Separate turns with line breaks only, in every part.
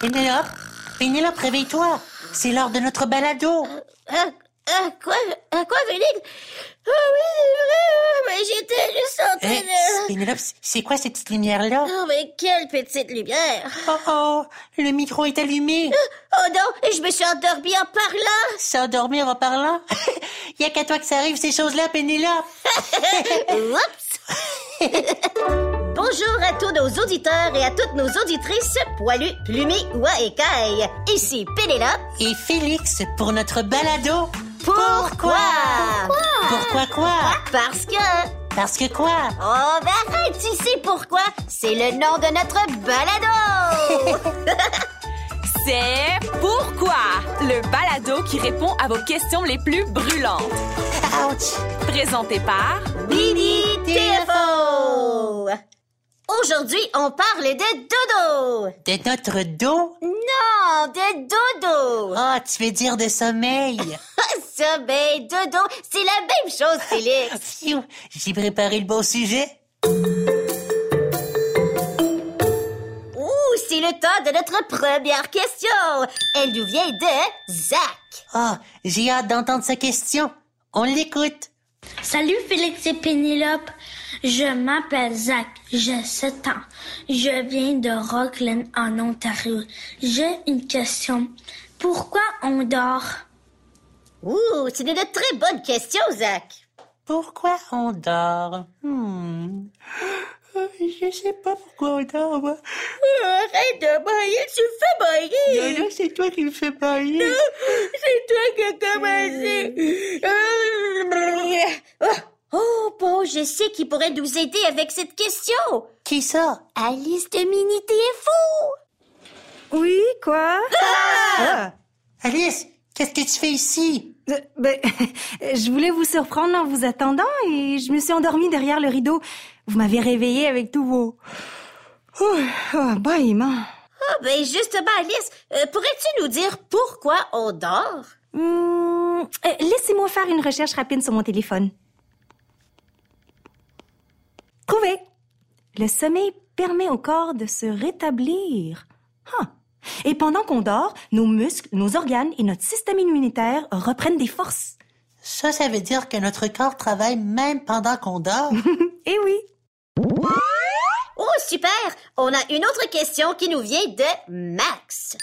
Pénélope Pénélope, réveille-toi C'est l'heure de notre balado
Ah, ah, quoi À quoi, Félix Ah oui, c'est vrai, mais j'étais juste en train
Eh,
de...
Pénélope, c'est quoi cette lumière-là
Oh, mais quelle petite lumière
Oh oh Le micro est allumé
Oh non, je me suis endormie en parlant
S'endormir en parlant Y a qu'à toi que ça arrive ces choses-là, Pénélope
Oups Bonjour à tous nos auditeurs et à toutes nos auditrices poilues, plumées ou à écailles. Ici Pénélope.
Et Félix, pour notre balado
Pourquoi
Pourquoi quoi
Parce que...
Parce que quoi
Oh, ben arrête, tu sais pourquoi? C'est le nom de notre balado!
C'est Pourquoi? Le balado qui répond à vos questions les plus brûlantes.
Ouch
Présenté par
Bini TFO! Aujourd'hui, on parle de dodo!
De notre dos
Non, de dodo!
Ah, tu veux dire de sommeil
Sommeil, Ah, dodo, c'est la même chose, Félix!
Pfiou, J'ai préparé le bon sujet
Ouh, c'est le temps de notre première question! Elle nous vient de Zach!
Ah, j'ai hâte d'entendre sa question On l'écoute
Salut Félix et Pénélope. Je m'appelle Zach, j'ai 7 ans. Je viens de Rockland en Ontario. J'ai une question. Pourquoi on dort?
Ouh, c'est une très bonne question, Zach!
Pourquoi on dort Hmm. Euh, Je sais pas pourquoi on dort, moi.
Arrête de bailler, tu fais bailler!
Non, non, c'est toi qui me fais bailler.
C'est toi qui as commencé. Oh, bon, je sais qui pourrait nous aider avec cette question.
Qui ça
Alice de Mini TFO.
Oui, quoi?
Ah, Alice, qu'est-ce que tu fais ici
Euh, ben, je voulais vous surprendre en vous attendant et je me suis endormie derrière le rideau. Vous m'avez réveillée avec tous vos... Oh, oh bâillements.
Ah, ben justement, Alice, euh, pourrais-tu nous dire pourquoi on dort?
Hum, euh, Laissez-moi faire une recherche rapide sur mon téléphone. Trouvé. Le sommeil permet au corps de se rétablir. Ah. Et pendant qu'on dort, nos muscles, nos organes et notre système immunitaire reprennent des forces.
Ça, ça veut dire que notre corps travaille même pendant qu'on dort.
Eh oui.
Oh, super! On a une autre question qui nous vient de Max.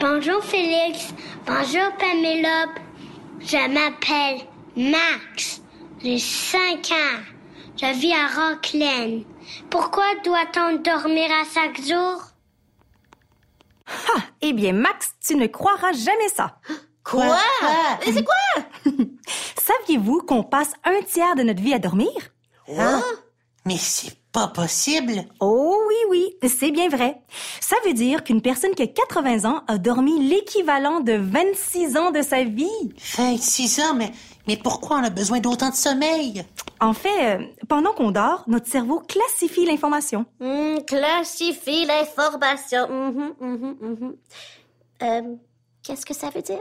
Bonjour Félix. Bonjour Pénélope. Je m'appelle Max. J'ai 5 ans. Je vis à Rockland. Pourquoi doit-on dormir à chaque jour?
Ah, eh bien, Max, tu ne croiras jamais ça.
Quoi? Quoi?
Mais C'est quoi?
Saviez-vous qu'on passe un tiers de notre vie à dormir?
Hein? Mais c'est pas possible.
Oh oui, oui, c'est bien vrai. Ça veut dire qu'une personne qui a 80 ans a dormi l'équivalent de 26 ans de sa vie.
26 ans, mais, mais pourquoi on a besoin d'autant de sommeil?
En fait, euh, pendant qu'on dort, notre cerveau classifie l'information.
Hmm, classifie l'information. Mhm, mhm, mhm. Euh, Qu'est-ce que ça veut dire?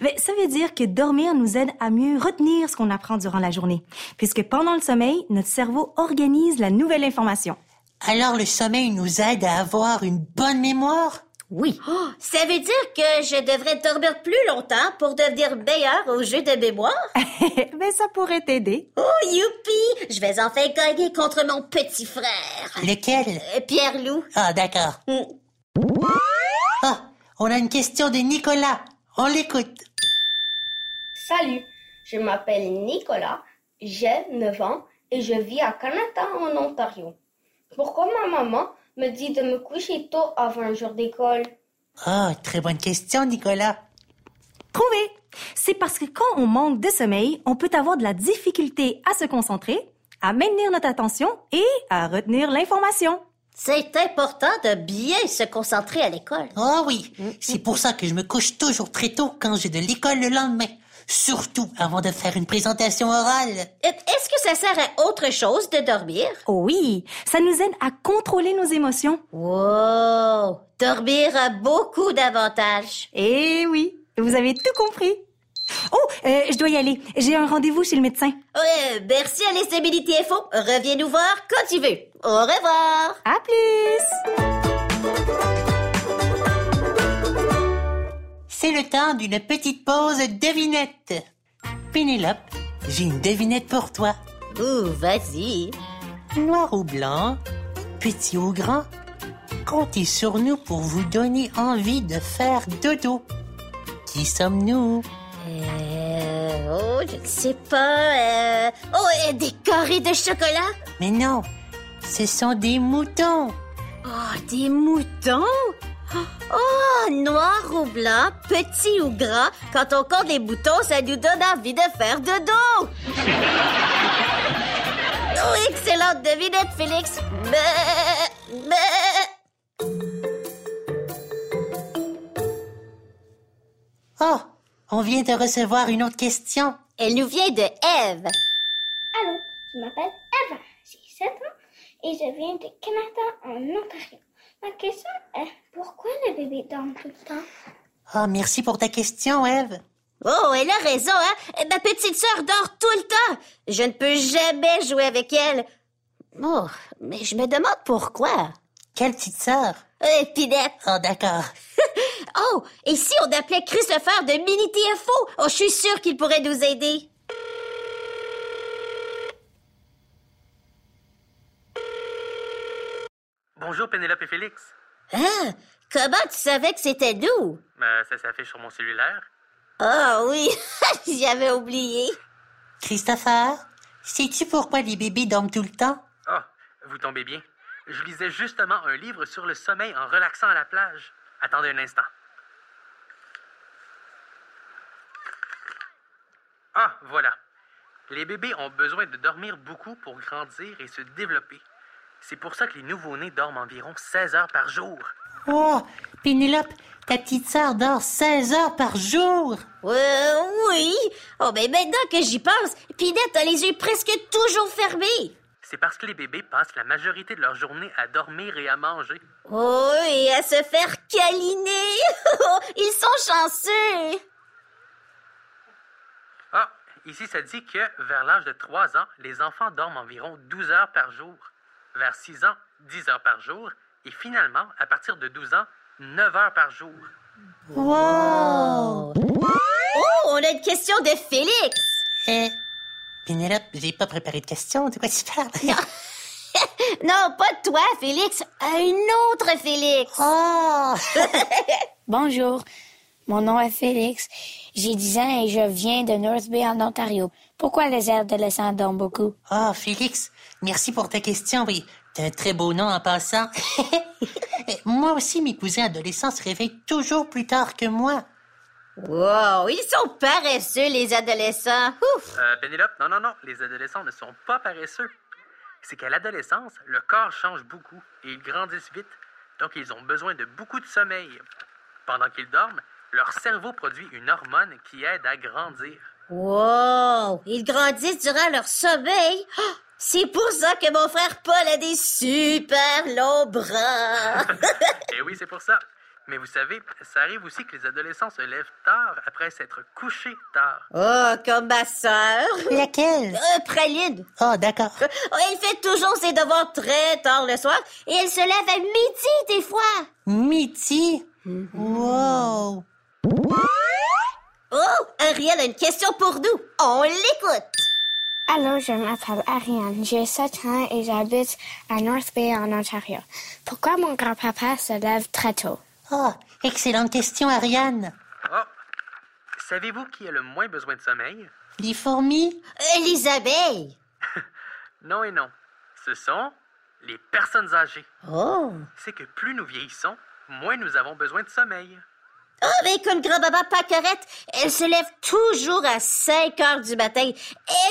Mais ça veut dire que dormir nous aide à mieux retenir ce qu'on apprend durant la journée, puisque pendant le sommeil, notre cerveau organise la nouvelle information.
Alors le sommeil nous aide à avoir une bonne mémoire?
Oui.
Oh, ça veut dire que je devrais dormir plus longtemps pour devenir meilleur au jeu de mémoire?
Mais ça pourrait t'aider.
Oh, youpi! Je vais enfin gagner contre mon petit frère.
Lequel?
Euh, Pierre-Loup.
Ah, d'accord.
Mm.
Ah, on a une question de Nicolas. On l'écoute.
Salut, je m'appelle Nicolas, j'ai 9 ans et je vis à Canada en Ontario. Pourquoi ma maman me dit de me coucher tôt avant un jour d'école
Ah, très bonne question, Nicolas.
Trouvé. C'est parce que quand on manque de sommeil, on peut avoir de la difficulté à se concentrer, à maintenir notre attention et à retenir l'information.
C'est important de bien se concentrer à l'école.
Oh oui,
Mm,
c'est pour ça que je me couche toujours très tôt quand j'ai de l'école le lendemain. Surtout avant de faire une présentation orale.
Euh, Est-ce que ça sert à autre chose de dormir?
Oh oui, ça nous aide à contrôler nos émotions.
Wow! Dormir a beaucoup d'avantages.
Eh oui, vous avez tout compris. Oh, euh, je dois y aller. J'ai un rendez-vous chez le médecin.
Euh, merci à TFO. Reviens nous voir quand tu veux. Au revoir!
À plus.
c'est le temps d'une petite pause devinette. Pénélope, j'ai une devinette pour toi.
Ouh, vas-y.
Noir ou blanc, petit ou grand, comptez sur nous pour vous donner envie de faire dodo. Qui sommes-nous
Euh, oh, je ne sais pas. euh, Oh, et des carrés de chocolat
Mais non, ce sont des moutons.
Oh, des moutons Oh, noir ou blanc, petit ou grand, quand on compte les boutons, ça nous donne envie de faire de dos Oh, excellente devinette, Félix Bé, bé.
Oh, on vient de recevoir une autre question.
Elle nous vient de Ève.
Allô, je m'appelle Eva, j'ai 7 ans et je viens de Canada en Ontario. Ma question est pourquoi le bébé dort tout le temps
Oh, merci pour ta question, Eve.
Oh, elle a raison, hein? Ma petite sœur dort tout le temps. Je ne peux jamais jouer avec elle. Oh, mais je me demande pourquoi.
Quelle petite sœur
Euh, Pinette.
Oh, d'accord.
Oh, et si on appelait Christopher de Mini TFO? Oh, je suis sûre qu'il pourrait nous aider.
Bonjour Pénélope et Félix.
Hein? Comment tu savais que c'était nous?
Euh, ça s'affiche sur mon cellulaire.
Oh oui, j'avais oublié.
Christopher, sais-tu pourquoi les bébés dorment tout le temps
Ah, vous tombez bien. Je lisais justement un livre sur le sommeil en relaxant à la plage. Attendez un instant. Ah, voilà. Les bébés ont besoin de dormir beaucoup pour grandir et se développer. C'est pour ça que les nouveau-nés dorment environ 16 heures par jour.
Oh, Pénélope, ta petite sœur dort 16 heures par jour.
Euh, oui. Oh, ben maintenant que j'y pense, Pinette a les yeux presque toujours fermés.
C'est parce que les bébés passent la majorité de leur journée à dormir et à manger.
Oh, et à se faire câliner. Ils sont chanceux.
Ah, ici ça dit que vers l'âge de 3 ans, les enfants dorment environ 12 heures par jour. Vers 6 ans, 10 heures par jour. Et finalement, à partir de 12 ans, 9 heures par jour.
Wow!
Oh, on a une question de Félix.
Eh, Pénélope, j'ai pas préparé de question. De quoi tu parles
Non, pas toi, Félix. Un autre Félix.
Oh!
Bonjour, mon nom est Félix, j'ai 10 ans et je viens de North Bay en Ontario. Pourquoi les adolescents dorment beaucoup?
Ah, Félix, merci pour ta question. Oui, t'as un très beau nom en passant. moi aussi, mes cousins adolescents se réveillent toujours plus tard que moi.
Wow, ils sont paresseux, les adolescents. Ouf.
Euh, Pénélope, non, non, non, les adolescents ne sont pas paresseux. C'est qu'à l'adolescence, le corps change beaucoup et ils grandissent vite, donc ils ont besoin de beaucoup de sommeil. Pendant qu'ils dorment, leur cerveau produit une hormone qui aide à grandir.
Wow, ils grandissent durant leur sommeil. Ah, C'est pour ça que mon frère Paul a des super longs bras.
Et Eh oui, c'est pour ça. Mais vous savez, ça arrive aussi que les adolescents se lèvent tard après s'être couchés tard.
oh, comme ma sœur.
Laquelle?
Euh, Praline.
Oh, d'accord.
Oh, elle fait toujours ses devoirs très tard le soir et elle se lève à midi des fois.
Mitty? Wow!
Oh, Ariel a une question pour nous. On l'écoute.
Allô, je m'appelle Ariane, j'ai 7 ans et j'habite à North Bay en Ontario. Pourquoi mon grand-papa se lève très tôt?
Oh, excellente question, Ariane.
Oh! Savez-vous qui a le moins besoin de sommeil?
Les fourmis?
Euh, les abeilles.
Non et non. Ce sont les personnes âgées.
Oh.
C'est que plus nous vieillissons, moins nous avons besoin de sommeil.
Oh, mais comme grand-maman Paquerette, elle se lève toujours à 5 heures du matin.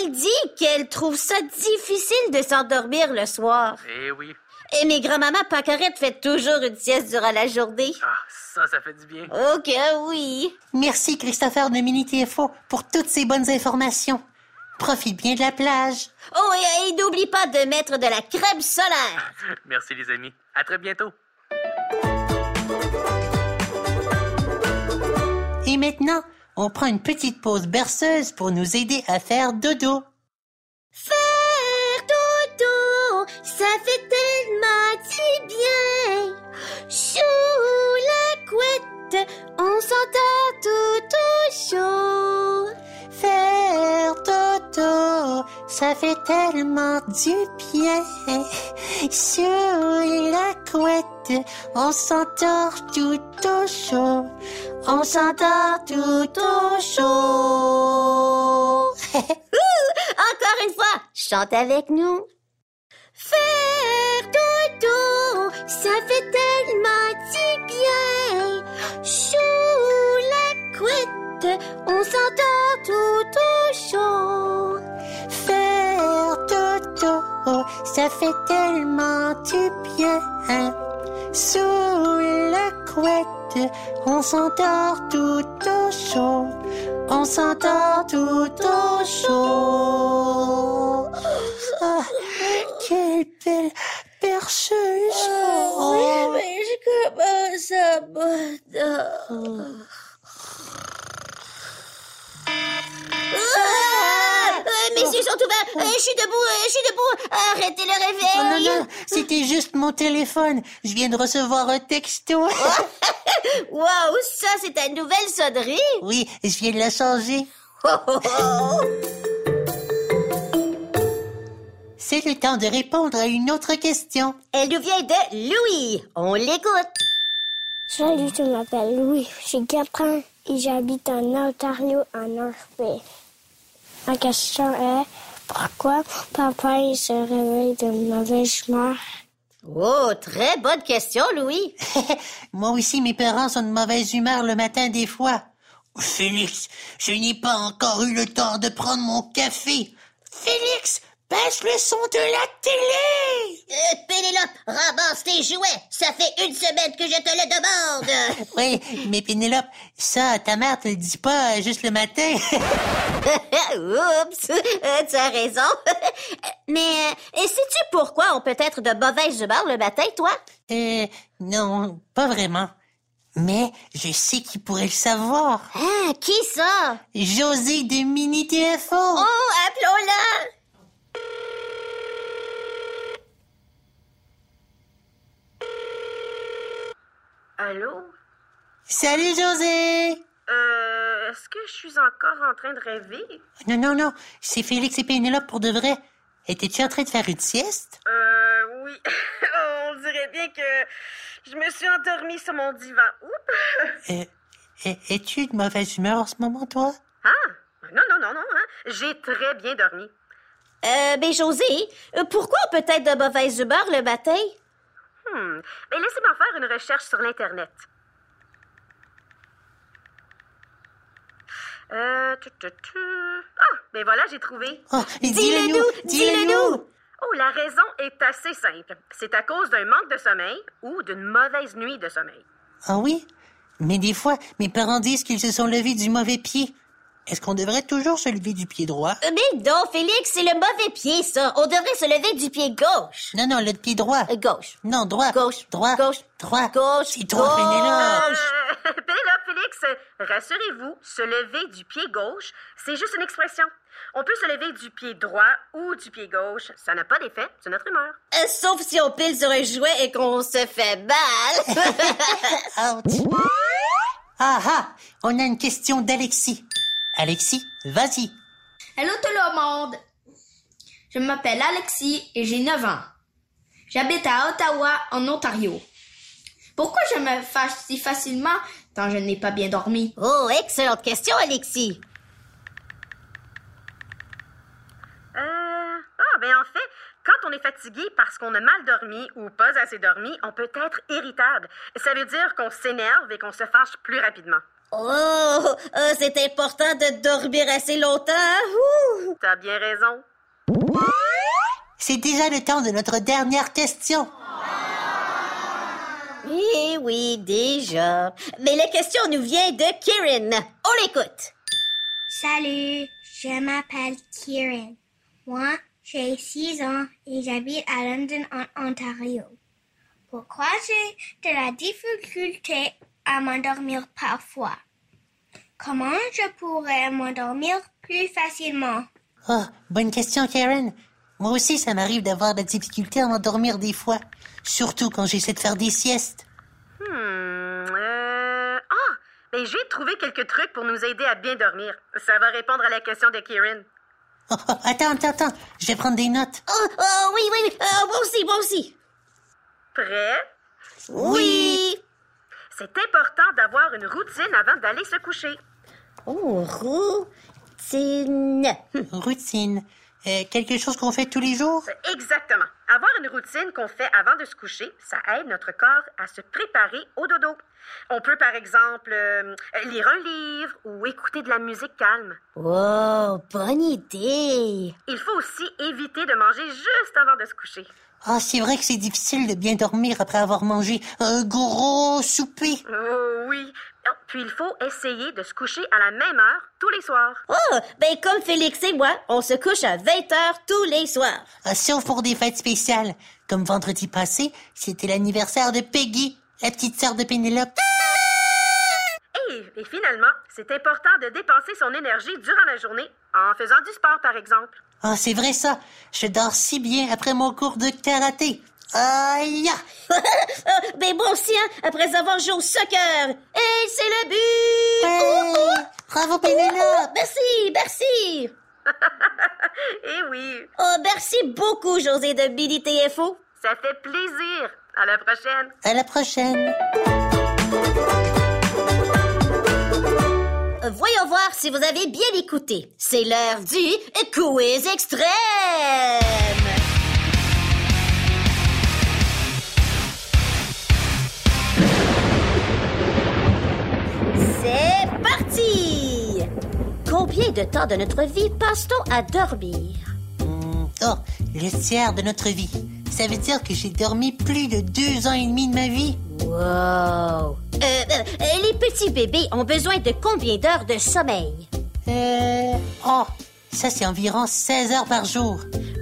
Elle dit qu'elle trouve ça difficile de s'endormir le soir.
Eh oui.
Et mes grand-maman Paquerette fait toujours une sieste durant la journée.
Ah, ça, ça fait du bien.
Oh que oui.
Merci, Christopher de Mini TFO, pour toutes ces bonnes informations. Profite bien de la plage.
Oh, et, et n'oublie pas de mettre de la crème solaire.
Merci, les amis. À très bientôt.
Et maintenant, on prend une petite pause berceuse pour nous aider à faire dodo.
Faire dodo, ça fait tellement du bien. Sous la couette, on s'entend tout
Ça fait tellement du bien. Sur la couette, on s'endort tout au chaud. On s'endort tout au chaud.
Encore une fois, chante avec nous. Faire dodo, ça fait tellement du bien. Sous la couette, on s'entend tout au chaud.
Faire dodo, ça fait tellement du bien. Sous la couette, on s'endort tout au chaud. On s'endort tout au chaud. Ah, quelle belle percheuse. Oh.
mais je commence à m'endormir. Ah! Euh, Mes yeux sont ouverts, Euh, je suis debout, euh, je suis debout. Arrêtez le réveil.
Oh non, non, c'était juste mon téléphone. Je viens de recevoir un texto.
Waouh, ça c'est ta nouvelle sonnerie.
Oui, je viens de la changer. C'est le temps de répondre à une autre question.
Elle nous vient de Louis. On l'écoute.
Salut, je m'appelle Louis, j'ai 4 ans et j'habite en Ontario, en North Bay. Ma question est pourquoi papa il se réveille de mauvaise humeur?
Oh, très bonne question, Louis.
Moi aussi, mes parents sont de mauvaise humeur le matin des fois. Félix, je n'ai pas encore eu le temps de prendre mon café. Félix, baisse le son de la télé.
Euh, Pénélope, ramasse tes jouets. Ça fait une semaine que je te le demande.
Oui, mais Pénélope, ça, ta mère te le dit pas euh, juste le matin.
Oups, euh, tu as raison. Mais euh, et sais-tu pourquoi on peut être de mauvaise humeur le matin, toi?
euh, non, pas vraiment. Mais je sais qui pourrait le savoir.
Ah, qui ça?
José de Mini TFO.
Oh, appelons-la!
Allô?
Salut José.
Euh, est-ce que je suis encore en train de rêver?
Non, non, non, c'est Félix et Pénélope pour de vrai. Étais-tu en train de faire une sieste?
Euh, oui. On dirait bien que je me suis endormie sur mon divan. Oups!
Euh, e- Es-tu de mauvaise humeur en ce moment, toi?
Ah! Non, non, non, non, hein. J'ai très bien dormi.
Euh, ben José, euh, pourquoi on peut être de mauvaise humeur le matin?
Hmm. Mais laissez-moi faire une recherche sur l'Internet. Euh, tu, tu, tu. Ah! Ben voilà, j'ai trouvé.
Oh,
Dis-le nous, dis-le nous.
Oh, la raison est assez simple. C'est à cause d'un manque de sommeil ou d'une mauvaise nuit de sommeil.
Ah oui? Mais des fois, mes parents disent qu'ils se sont levés du mauvais pied. Est-ce qu'on devrait toujours se lever du pied droit?
Euh, Mais non, Félix, c'est le mauvais pied, ça. On devrait se lever du pied gauche.
Non, non, le pied droit.
Euh, gauche.
Non, droit.
Gauche.
Droit.
Gauche.
Droit.
Gauche.
C'est trop,
Gauche.
Pénélope.
Euh, Pénélope, Félix, rassurez-vous, se lever du pied gauche, c'est juste une expression. On peut se lever du pied droit ou du pied gauche. Ça n'a pas d'effet sur notre humeur.
Euh, sauf si on pile sur un jouet et qu'on se fait mal.
Ouch. Ah ah! On a une question d'Alexis. Alexis, vas-y.
Hello tout le monde! Je m'appelle Alexis et j'ai 9 ans. J'habite à Ottawa, en Ontario. Pourquoi je me fâche si facilement quand je n'ai pas bien dormi?
oh, excellente question, Alexis.
Euh, ah, ben en fait, quand on est fatigué parce qu'on a mal dormi ou pas assez dormi, on peut être irritable. Ça veut dire qu'on s'énerve et qu'on se fâche plus rapidement.
Oh, euh, c'est important de dormir assez longtemps. hein? Ouh.
T'as bien raison.
C'est déjà le temps de notre dernière question.
Eh oui, déjà. Mais la question nous vient de Kieran. On l'écoute.
Salut, je m'appelle Kieran. Moi, j'ai 6 ans et j'habite à London, en Ontario. Pourquoi j'ai de la difficulté à m'endormir parfois? Comment je pourrais m'endormir plus facilement?
Oh, bonne question, Karen. Moi aussi, ça m'arrive d'avoir de la difficulté à m'endormir des fois. Surtout quand j'essaie de faire des siestes.
Hmm, euh, ah, ben j'ai trouvé quelques trucs pour nous aider à bien dormir. Ça va répondre à la question de Kieran.
Oh, oh, attends, attends, attends. Je vais prendre des notes.
Oh, oh, oui, oui, oui. Euh, moi aussi, moi aussi.
Prêt?
Oui.
C'est important d'avoir une routine avant d'aller se coucher.
Oh, routine.
Routine. Euh, quelque chose qu'on fait tous les jours?
Exactement. Avoir une routine qu'on fait avant de se coucher, ça aide notre corps à se préparer au dodo. On peut, par exemple, euh, lire un livre ou écouter de la musique calme.
Oh, bonne idée.
Il faut aussi éviter de manger juste avant de se coucher.
Ah, c'est vrai que c'est difficile de bien dormir après avoir mangé un gros souper.
Oh oui. Oh, Puis il faut essayer de se coucher à la même heure tous les soirs.
Oh, ben comme Félix et moi, on se couche à 20 heures tous les soirs.
Ah, sauf pour des fêtes spéciales. Comme vendredi passé, c'était l'anniversaire de Peggy, la petite sœur de Pénélope.
Et, et finalement, c'est important de dépenser son énergie durant la journée en faisant du sport, par exemple.
Ah, c'est vrai ça. Je dors si bien après mon cours de karaté. Aïe! ah.
ben bon aussi, hein, après avoir joué au soccer. Et c'est le but! Oh,
Hey! Bravo, Pénélope!
Merci, merci!
Eh oui,
Oh, merci beaucoup, José de Billy TFO.
ça fait plaisir. À la prochaine.
À la prochaine.
Euh, Voyons voir si vous avez bien écouté. C'est l'heure du quiz extrême. C'est parti. Combien de temps de notre vie passe-t-on à dormir
Hmm, Oh, le tiers de notre vie. Ça veut dire que j'ai dormi plus de deux ans et demi de ma vie.
Wow. Euh, euh, les petits bébés ont besoin de combien d'heures de sommeil
Euh... Oh, ça c'est environ 16 heures par jour.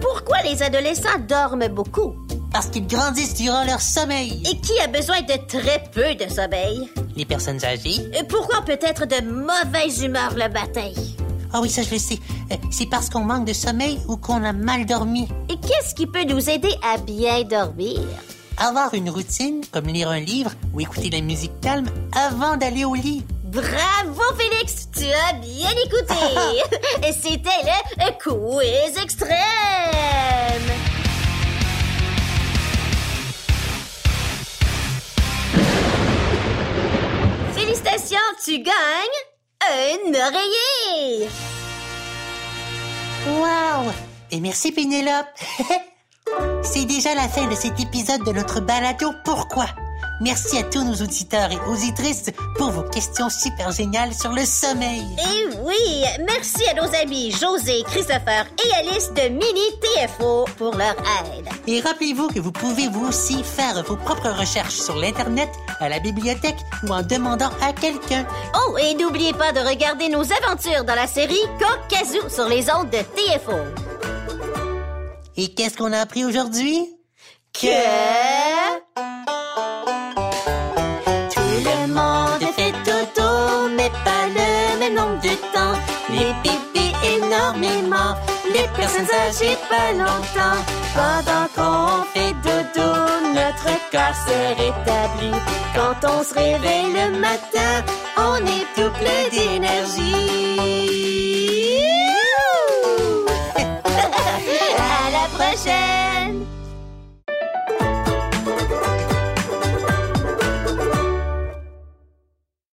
Pourquoi les adolescents dorment beaucoup
Parce qu'ils grandissent durant leur sommeil.
Et qui a besoin de très peu de sommeil?
Les personnes âgées
Et Pourquoi peut-être de mauvaise humeur le matin?
Ah oui, ça je le sais. Euh, c'est parce qu'on manque de sommeil ou qu'on a mal dormi.
Et qu'est-ce qui peut nous aider à bien dormir?
Avoir une routine, comme lire un livre ou écouter de la musique calme avant d'aller au lit.
Bravo, Félix! Tu as bien écouté! Et C'était le quiz extrême! Félicitations, tu gagnes un oreiller!
Wow! Et merci Pénélope. C'est déjà la fin de cet épisode de notre balado Pourquoi? Merci à tous nos auditeurs et auditrices pour vos questions super géniales sur le sommeil.
Et oui, merci à nos amis José, Christopher et Alice de Mini TFO pour leur aide.
Et rappelez-vous que vous pouvez vous aussi faire vos propres recherches sur l'Internet, à la bibliothèque ou en demandant à quelqu'un.
Oh, et n'oubliez pas de regarder nos aventures dans la série Cocazou sur les ondes de TFO.
Et qu'est-ce qu'on a appris aujourd'hui?
Que...
Tout le monde fait dodo, mais pas le même nombre de temps. Les bébés énormément, les personnes âgées pas longtemps. Pendant qu'on fait dodo, notre corps se rétablit. Quand on se réveille le matin, on est tout plein d'énergie. À la prochaine!